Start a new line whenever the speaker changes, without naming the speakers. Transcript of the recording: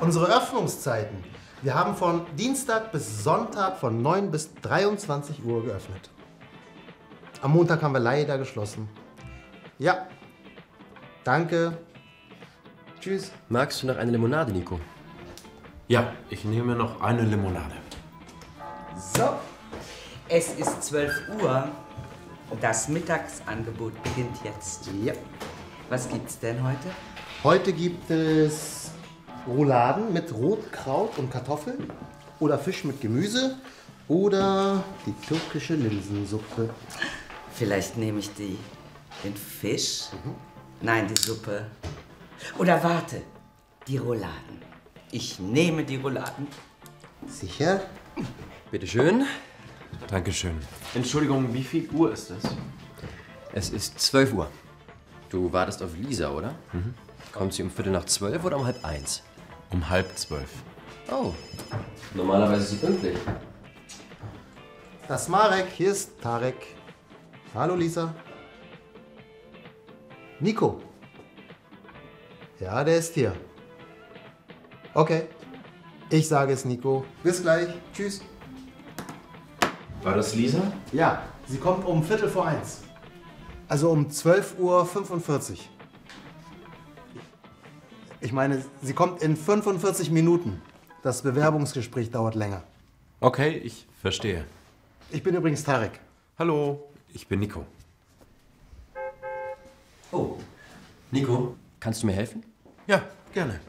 Unsere Öffnungszeiten. Wir haben von Dienstag bis Sonntag von 9 bis 23 Uhr geöffnet. Am Montag haben wir leider geschlossen. Ja. Danke. Tschüss.
Magst du noch eine Limonade, Nico?
Ja, ich nehme noch eine Limonade.
So, es ist 12 Uhr. Das Mittagsangebot beginnt jetzt.
Ja.
Was gibt's denn heute?
Heute gibt es Rouladen mit Rotkraut und Kartoffeln oder Fisch mit Gemüse oder die türkische Linsensuppe.
Vielleicht nehme ich die den Fisch. Nein, die Suppe. Oder warte, die Rouladen. Ich nehme die Rouladen.
Sicher?
Bitteschön.
Dankeschön. Entschuldigung, wie viel Uhr ist es?
Es ist 12 Uhr. Du wartest auf Lisa, oder? Kommt sie um Viertel nach zwölf oder um halb eins?
Um halb zwölf.
Oh. Normalerweise ist sie pünktlich.
Das ist Marek, hier ist Tarek. Hallo Lisa. Nico. Ja, der ist hier. Okay. Ich sage es Nico. Bis gleich. Tschüss.
War das Lisa?
Ja, sie kommt um Viertel vor eins. Also um 12.45 Uhr. Ich meine, sie kommt in 45 Minuten. Das Bewerbungsgespräch dauert länger.
Okay, ich verstehe.
Ich bin übrigens Tarek.
Hallo, ich bin Nico.
Oh. Nico, kannst du mir helfen?
Ja, gerne.